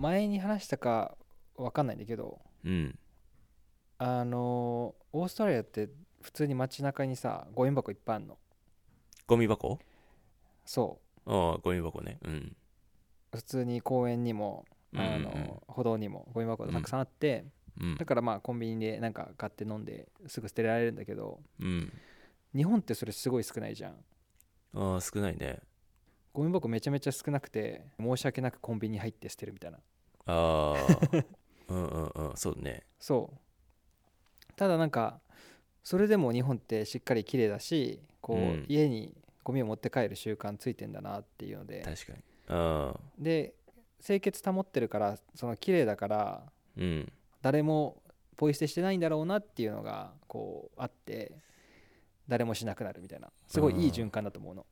前に話したかわかんないんだけどうんあのオーストラリアって普通に街中にさゴミ箱いっぱいあんのゴミ箱そああゴミ箱ねうんう普通に公園にもうんうんあの歩道にもゴミ箱がたくさんあって、うんだからまあコンビニでなんか買って飲んですぐ捨てられるんだけどうん日本ってそれすごい少ないじゃんああ少ないねゴミ箱めちゃめちゃ少なくて申し訳なくコンビニ入って捨てるみたいな ああうんうんうんそうねそうただなんかそれでも日本ってしっかり綺麗だしこう、うん家にゴミを持って帰る習慣ついてんだなっていうので確かにああで清潔保ってるからその綺麗だからうん誰もポイ捨てしてないんだろうなっていうのがこうあって誰もしなくなるみたいなすごいいい循環だと思うの、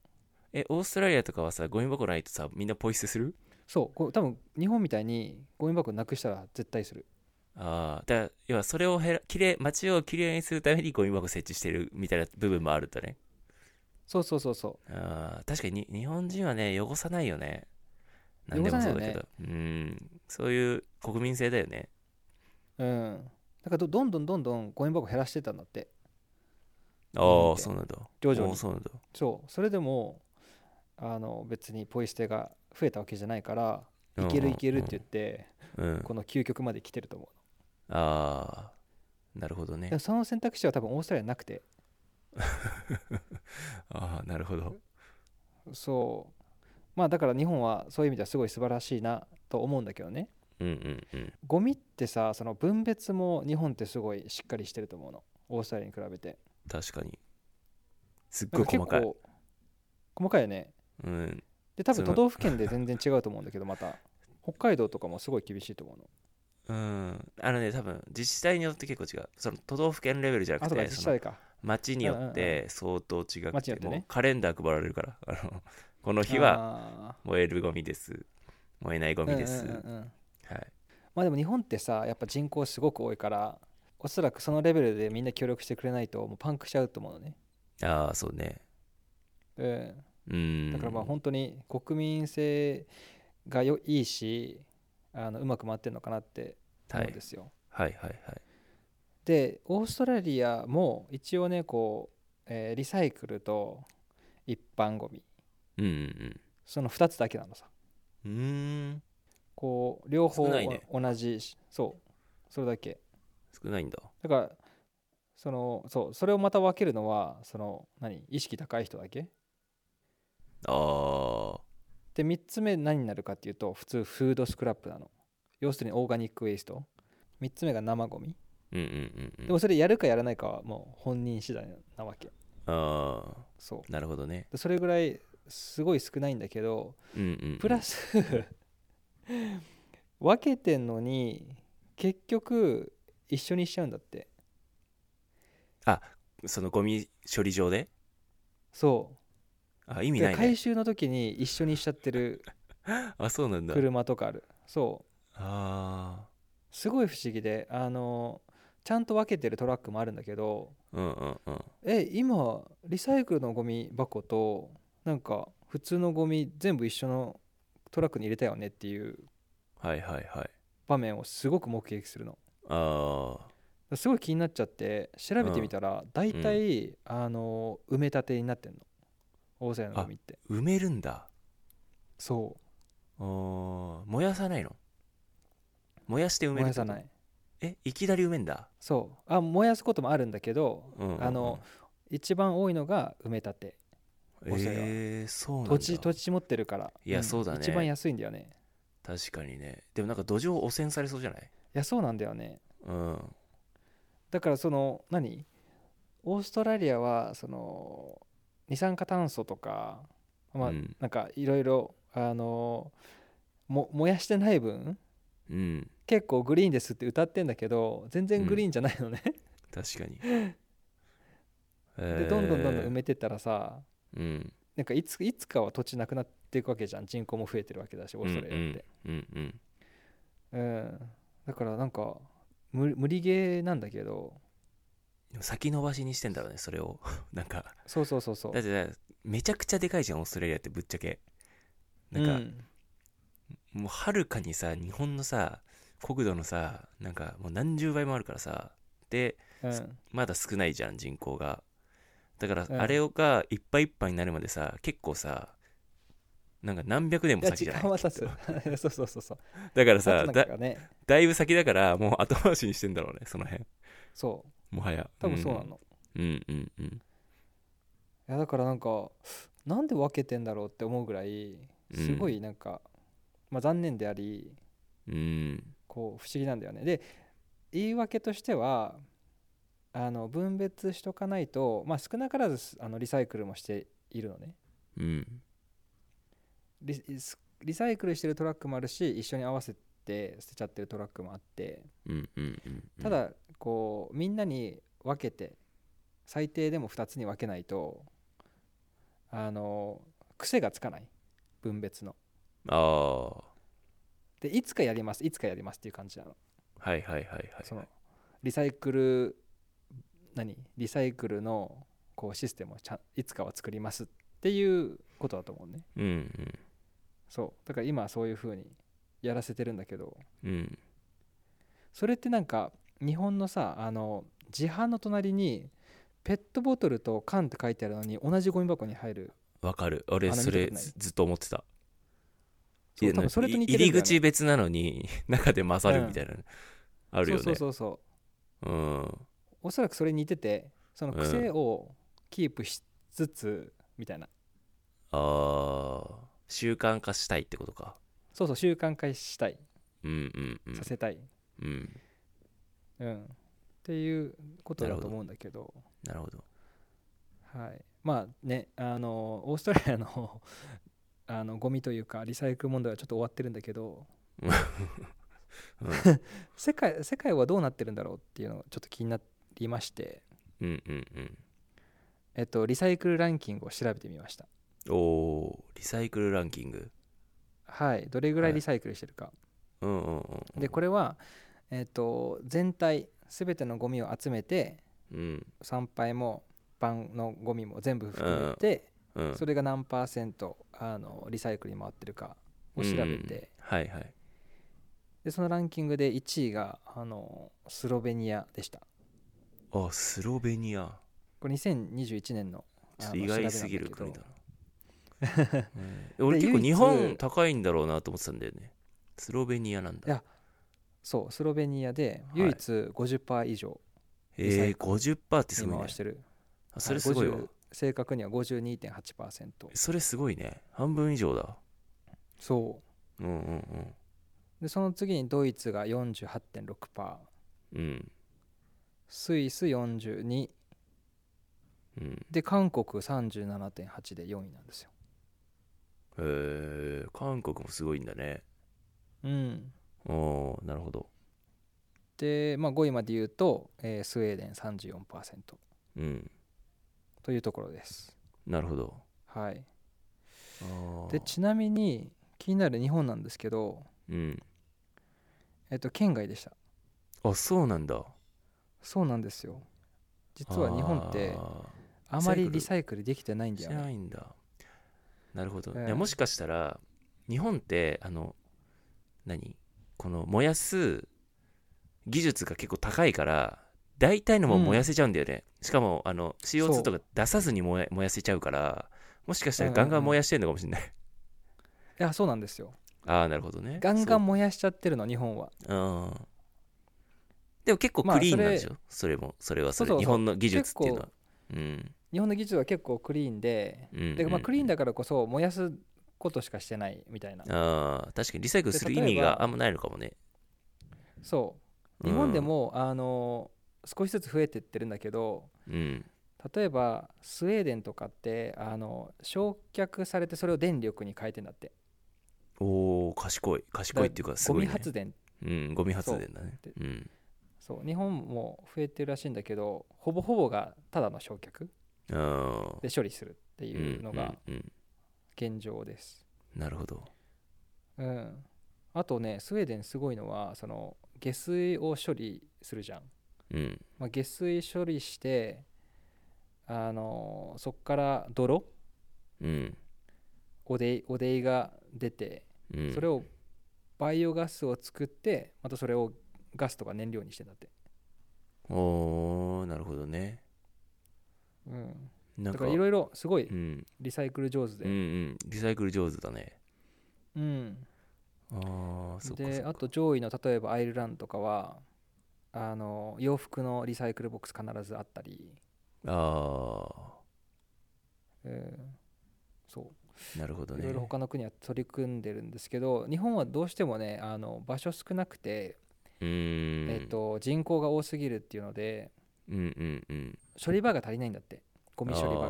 えオーストラリアとかはさゴミ箱ないとさみんなポイ捨てするそうこう多分日本みたいにゴミ箱なくしたら絶対するああだから要はそれを減らきれい街をきれいにするためにゴミ箱設置してるみたいな部分もあるんだねそうそうそうそあー確かにに日本人はね汚さないよね汚さないよね何でもそうだけど、うんそういう国民性だよねううんだからどどんどんどんどんゴミ箱減らしてたんだってあうんあそうなんだ徐々におーそうなんだそうそれでもあの別にポイ捨てが増えたわけじゃないからうんいけるいけるって言ってうん、うんこの究極まで来てると思うああなるほどねでもその選択肢は多分オーストラリアなくてああなるほどそうまあだから日本はそういう意味ではすごい素晴らしいなと思うんだけどねうんうんうんゴミってさその分別も日本ってすごいしっかりしてると思うのオーストラリアに比べて確かにすっなんごいか細結かい構細かいよねうんで多分そ都道の府県で全然違うと思うんだけどまた北海道とかもすごい厳しいと思うのうん、あのね、多分自治体によって結構違う。その都道府県レベルじゃなあくとかて、自治その体か町にようんうんうっんて相当違く町にて、よってもねうカレンダー配られるから、 あのこの日はは燃えるゴミです、燃えないゴミです。はい。まあでも日本ってさやっぱ人口すごく多いからおそらくそのレベルでみんな協力してくれないともうパンクしちゃうと思うのね、ああ、そうね。うん、うん。だからまあ本当に国民性がよいいしあのうまく回ってるのかなっては思うんいで、すよ、はいはいはい。でオーストラリアも一応ねこう、えーリサイクルと一般ゴミうんうんその2つだけなのさうん。うーん、こう両方少ないねお同じしそうそれだけ少ないんだ。だからそのそうそれをまた分けるのはその何意識高い人だけああ、で3つ目何になるかっていうと普通フードスクラップなの要するにオーガニックウェイスト3つ目が生ゴミうんうんうんでうん。もそれやるかやらないかはもう本人次第なわけああ、そうなるほどね。でそれぐらいすごい少ないんだけどうんうんうん。プラス 分けてんのに結局一緒にしちゃうんだってそのゴミ処理場でそあ、意う味でない回ね。収の時に一緒にしちゃってるあ、そうなんだ。車とかあるそうああ、すごい不思議であのちゃんと分けてるトラックもあるんだけどうんうんうん。え今リサイクルのゴミ箱となんか普通のゴミ全部一緒のトラックに入れたよねっていうはいはいはい。場面をすごく目撃するのああ、すごい気になっちゃって調べてみたら大体、あの埋め立てになってんの大勢のゴミって埋めるんだ。そあー燃やさないの燃やして埋うめる燃やさい。ないえ、いきなり埋めんだ。そうあ燃やすこともあるんだけど、うんうんうんあの一番多いのが埋め立てお世話えー、そうなんだ。土地土地持ってるからいやんそうだね一番安いんだよね確かにね。でもなんか土壌汚染されそうじゃないいやそうなんだよねうん。だからその何オーストラリアはその二酸化炭素とかまあ、うんなんかいろいろあのも燃やしてない分うん。結構グリーンですって歌ってんだけど全然グリーンじゃないのね、確かに。 でどんどんどんどんえー埋めてったらさうん。なんかいついつかは土地なくなっていくわけじゃん人口も増えてるわけだしオーストラリアって、うんうん。うんだからなんか無無理ゲーなんだけどでも先延ばしにしてんだろうね、それを。 なんか、そうそうそうそうだってだってめちゃくちゃでかいじゃん、オーストラリアってぶっちゃけ。なんか、うんもうはるかにさ日本のさ国土のさなんかもう何十倍もあるからさでうんまだ少ないじゃん人口がだからうんあれをがいっぱいいっぱいになるまでさ結構さなんか何百年いもや先時じゃない間は経つ そうそうそうそうだからささだかねだいぶ先だからもう後回しにしてんだろうねその辺そうもはや多分そうなの、いうんうんうんやだからなんかなんで分けてんだろうって思うぐらいすごいなんか、まあ、残念でありうんうんこう不思議なんだよねで言い訳としてはあの分別しとかないと、まあ、少なからずすあのリサイクルもしているのねうんリスリサイクルしてるトラックもあるし一緒に合わせて捨てちゃってるトラックもあってうんうんうんただこうみんなに分けて最低でも2つに分けないとあの癖がつかない分別のああはでいつかやりますいつかやりますっていう感じなのいはいはいはいそのリサイクル何リサイクルのこうシステムをちゃんいつかは作りますっていうことだと思うねうんうんそうだから今はそういう風にやらせてるんだけどうんそれってなんか日本のさあの自販の隣にペットボトルと缶って書いてあるのに同じゴミ箱に入るわかる俺あのそ見れたことないずずっと思ってたそういや多分それと似てるんだ入よねり口別なのに中で混ざるみたいな、あるよねそうそうそうそううんおそらくそれに似ててその癖をキープしつつみたいなああ習慣化したいってことかそうそう習慣化したいうんうんうんさせたいうんうん、っていうことだと思うんだけどなるほど はい、まあねあのオーストラリアのあのゴミというかリサイクル問題はちょっと終わってるんだけど、うん世界世界はどうなってるんだろうっていうのがちょっと気になりまして、うんうんうんえっと、リサイクルランキングを調べてみましたおおーリサイクルランキングはいどれぐらいはいリサイクルしてるか、うんうんうんでこれは、えっと、全体全てのゴミを集めてうん参拝も晩のゴミも全部含めて、うんそれが何パーセントあのリサイクルに回ってるかを調べて、うんうんはいはいでそのランキングで1位があのスロベニアでしたあスロベニアこれ2021年のちょあのっと意外すぎる調べな国んだだな うん俺結構唯一日本高いんだろうなと思ってたんだよねスロベニアなんいやだそうスロベニアではい唯一50%以上リサえイー、50%ってすにごいね回してる、あそれすごいわ50正確には52.8%それすごいね半分以上だそうんうんうでその次にドイツが48.6%うんうんスイス42うんで韓国37.8で4位なんですよえー、韓国もすごいんだねうんおーなるほどで、まあ、5位まで言うと、えースウェーデン34%うんというところですなるほどはいあーでちなみに気になる日本なんですけど、うんえっと、県外でしたあそうなんだそうなんですよ実は日本ってああまりリリサイクルできてないんーだしよなねいんだなるほど、ええいやもしかしたら日本ってあの何この燃やす技術が結構高いから大体のもうん燃やせちゃうんだよね、しかもあのそう CO2 とか出さずに燃や燃やせちゃうからもしかしたらうんうんうんガンガン燃やしてるのかもしれない、いやそうなんですよああなるほどねガンガン燃やしちゃってるの日本はそううんでも結構まあクリーそンれなんでしょ、それもそれはそれそうそうそう日本の技術っていうのはうん日本の技術は結構クリーンでうんうんで、まあ、クリーンだからこそ燃やすことしかしてないみたいなああ確かにリサイクルする意で味例えばがあんまないのかもねそう日本で、も、あの少しずつ増えてってるんだけどうんうん、例えばスウェーデンとかってあの焼却されてそれを電力に変えてんだっておお賢い賢いっていうかすゴごい、ミね、発電うんゴミ発電だねそううんそう日本も増えてるらしいんだけどほぼほぼがただの焼却ああで処理するってていうのがうんうん現状です、うんなるほどうんあとねスウェーデンすごいのはその下水を処理するじゃん、うんまあ、下水処理してあのそっから泥うんおでいおでいが出てうんそれをバイオガスを作ってまたそれをガスとか燃料にしてんだって、おーなるほどねうん、だなんかからいろいろすごいうんリサイクル上手うんうで、んリサイクル上手だねうん、あーそっかそっでかあと上位の例えばアイルランドとかはあの洋服のリサイクルボックス必ずあったり、あうん、そーなるほどういねろいろ他の国は取り組んでるんですけど日本はどうしてもねあの場所少なくて、うーんえっと人口が多すぎるっていうのでうんうんうん処理場が足りないんだってゴミ処理場があ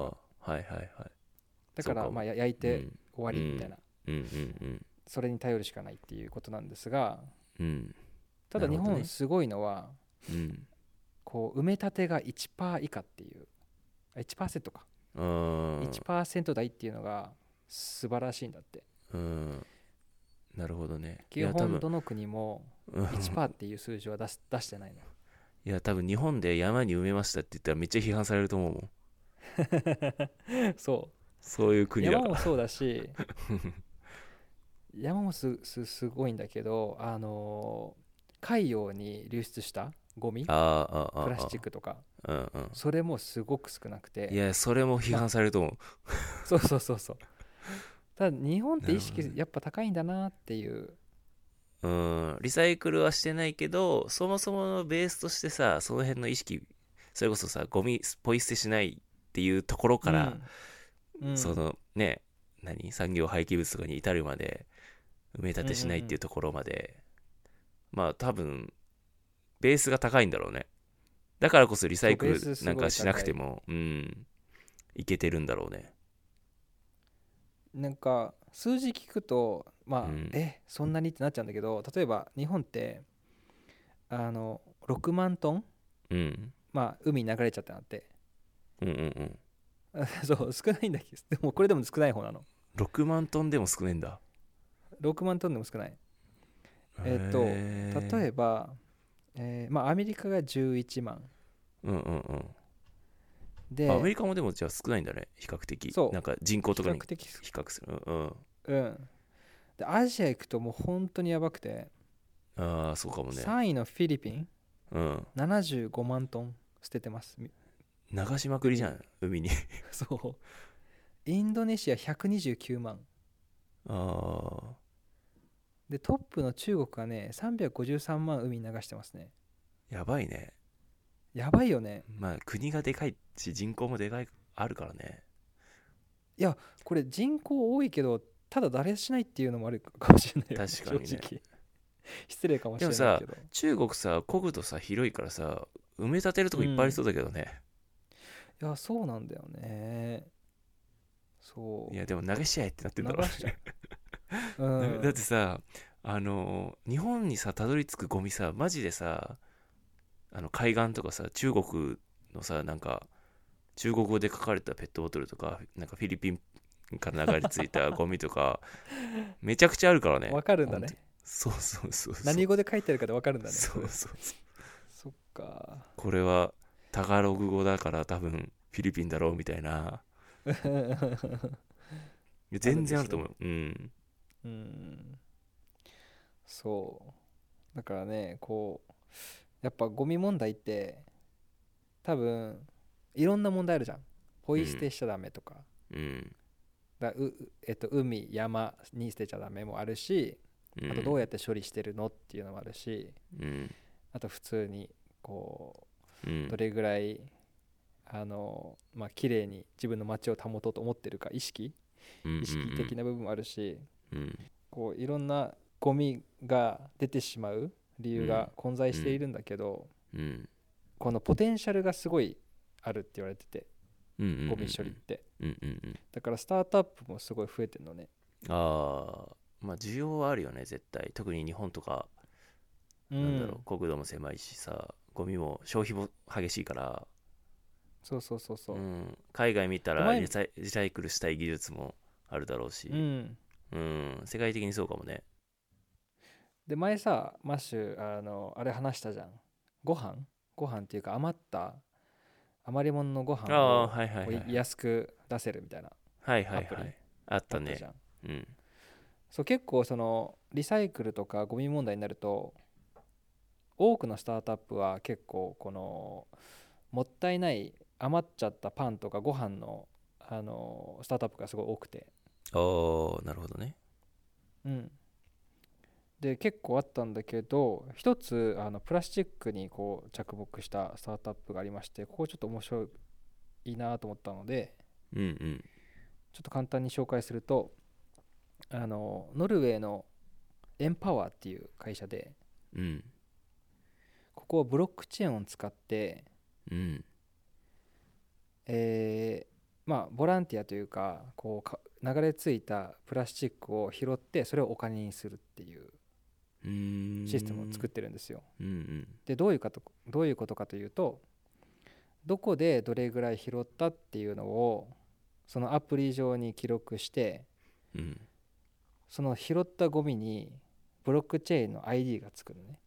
ーはいはいはいだかそうらかもまあや焼いて終わりみたいな、うんうんうんそれに頼るしかないっていうことなんですがうんうんただな日るほどね本すごいのは、うんこう埋め立てが1%以下っていうあ1%かあー1%台っていうのが素晴らしいんだってうんなるほどねい基や多本分どの国もうん1%っていう数字は出す出してないのいや多分日本で山に埋めましたって言ったらめっちゃ批判されると思うもん そそういうう国だ山からもそうだ し山もすすすごいんだけどあのー海洋に流出したゴミプあーあーあーあーラスチックとかうんうんそれもすごく少なくいてやそれも批判されると思うそうそうそうそうただ日本って意なるほ識どねやっぱ高いんだなっていううんリサイクルはしてないけどそもそものベースとしてさその辺の意識それこそさゴミポイ捨てしないっていうところから、うんうんそのね何産業廃棄物とかに至るまで埋め立てしないっていうところまで、まあ多分ベースが高いんだろうねだからこそリサイクそうベールスすごないんかしなくてもうんいけてるんだろうねなんか数字聞くとまあ、うんえそんなにってなっちゃうんだけど例えば日本ってあの6万トン、うんまあ、海に流れちゃったなってうんうんうん そう少ないんだけどでもこれでも少ない方なの6万トンでも少ねえんだ6万トンでも少ないえっと例ええば、えーまあ、アメリカが11万ばうんうんうんでアメリカもでもじゃあ少ないんだね比較的そうなんか人口比とか較に的比較するうん、うんうんでアジア行くともう本当にやばくて、ああそうかもね3位のフィリピンうん75万トン捨ててます み流しまくりじゃん海にそうインドネシア129万ああでトップの中国がね353万海に流してますねやばいねやばいよねまあ国がでかいし人口もでかいあるからねこれ人口多いけどただ誰しないっていうのもあるかもしれないよね確かにね正直失礼かもしれないけどい中国さ国土さ広いからさ埋め立てるとこいっぱいありそうだけどね、やそうなんだよねそういやでも流し合えってなってんだろ流しちゃう、うん、 だってさあの日本にさたどり着くゴミさマジでさあの海岸とかさ中国のさなんか中国語で書かれたペットボトルとかなんかフィリピンから流れ着いたゴミ とかめちゃくちゃあるからねわかるんだねほとそうそうそうそう何語で書いてあるかでわかるんだねそうそうそうそっか これはタガログ語だから多分フィリピンだろうみたいな全然あると思ううんうんそうだからねこうやっぱゴミ問題って多分いろんな問題あるじゃんポイ捨てしちゃダメとか,、うんだううえっと、海山に捨てちゃダメもあるしんあとどうやって処理してるのっていうのもあるし、うんあと普通にこううんどれぐらいあのまあ綺麗に自分の街を保とうと思ってるか意識意識的なな部分もあるし、うんこういろんなゴミが出てしまう理由うんが混在しているんだけど、うんこのポテンシャルがすごいあるって言われててうんうんうんゴミ処理って、うんうんうんだからスタートアップもすごい増えてるのね、ああまあ需要はあるよね絶対特に日本とかうなんだろう、国土も狭いしさゴミも消費も激しいからそうそうそうそうう、ん海外見たおら前リサイリサイクルしたい技術もあるだろうしうんうん世界的にそうかもねで前さマッシュあのあれ話したじゃんご飯ご飯っていうか余った余り物のご飯ああをはいはいこはうい安く出せるみたいなはいはいアプはリいあったあったじねゃんうんそう結構そのリサイクルとかゴミ問題になると多くのスタートアップは結構このもったいない余っちゃったパンとかご飯のあのスタートアップがすごい多くて、ああなるほどねうん、で結構あったんだけど一つあのプラスチックにこう着目したスタートアップがありましてここちょっと面白いなと思ったのでうんうんちょっと簡単に紹介するとあのノルウェーのエンパワーっていう会社でうんここはブロックチェーンを使って、うんえーまあ、ボランティアというかこうか流れ着いたプラスチックを拾ってそれをお金にするっていううーんシステムを作ってるんですよ。うんうんでどういうかとどういうことかというとどこでどれぐらい拾ったっていうのをそのアプリ上に記録してうんその拾ったゴミにブロックチェーンの ID がつくのね。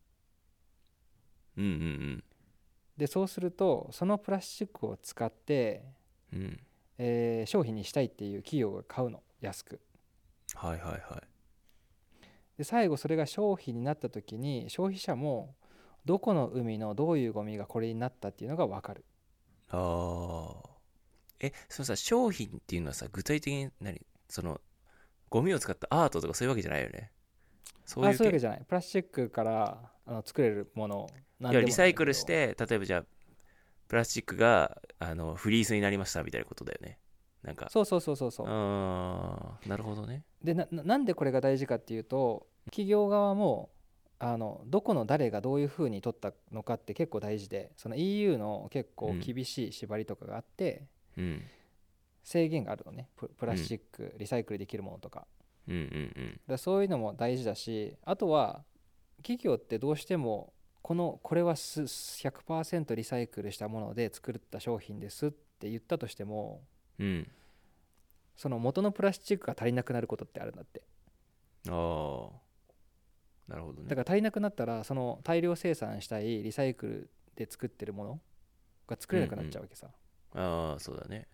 うんうんでそうするとそのプラスチックを使って、うんうんえー商品にしたいっていう企業が買うの安く。はいはいはいで最後それが商品になった時に消費者もどこの海のどういうゴミがこれになったっていうのが分かるああえそのさ商品っていうのはさ具体的に何そのゴミを使ったアートとかそういうわけじゃないよねそういうあそういうわ系けじゃないプラスチックからあの作れるものなんいでやもリサイクルなしんだけて例えばじゃあプラスチックがあのフリースになりましたみたいなことだよねなんかどそうそうそうそううそうあーなるほどねでなななんでこれが大事かっていうと企業側もあのどこの誰がどういうふうに取ったのかって結構大事でその EU の結う構ん厳しい縛りとかがあって、うん制限があるのねププラスチック、リサイクルできるものとかうんうだんからそういうのも大事だしあとは企業ってどうしてもこのこれはす100%リサイクルしたもので作った商品ですって言ったとしてもうんうんその元のプラスチックが足りなくなることってあるんだってああなるほどねだから足りなくなったらその大量生産したいリサイクルで作ってるものが作れなくなっちゃうわけさ、ああそうだね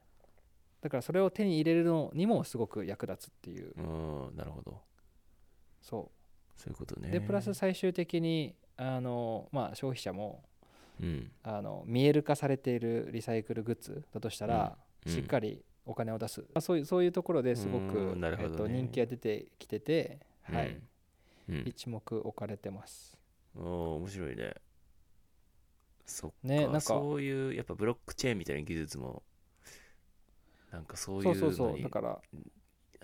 だからそれを手に入れるのにもすごく役立つっていううんなるほどそそういうことうねでプラス最終的にあの、まあ、消費者もうんあの見える化されているリサイクルグッズだとしたら、うんしっかりお金を出す、まあ、そういうそういうところですごうく、ーんなるほえどっねと、人気が出てきてて、はいうんうん一目置かれてますおー面白いねそっか,、ねなんかそういうやっぱブロックチェーンみたいな技術もなんかそういそううそうそのうにだから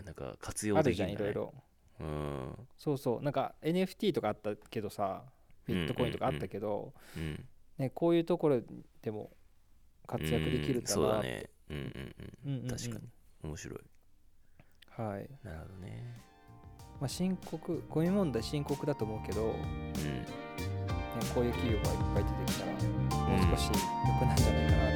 なんか活用あでるきじゃんいだろねいろうんそうそうなんか NFT とかあったけどさビットコインとかあったけど、うんね、こういうところでも活躍できるんだうんそうなだってねうんうんうんうんううんん確かに面白いはいなるほどねまあ、深刻ゴミ問題深刻だと思うけど、ね、うんこういう企業がいっぱい出てきたらもう少し良くなるんじゃないかなと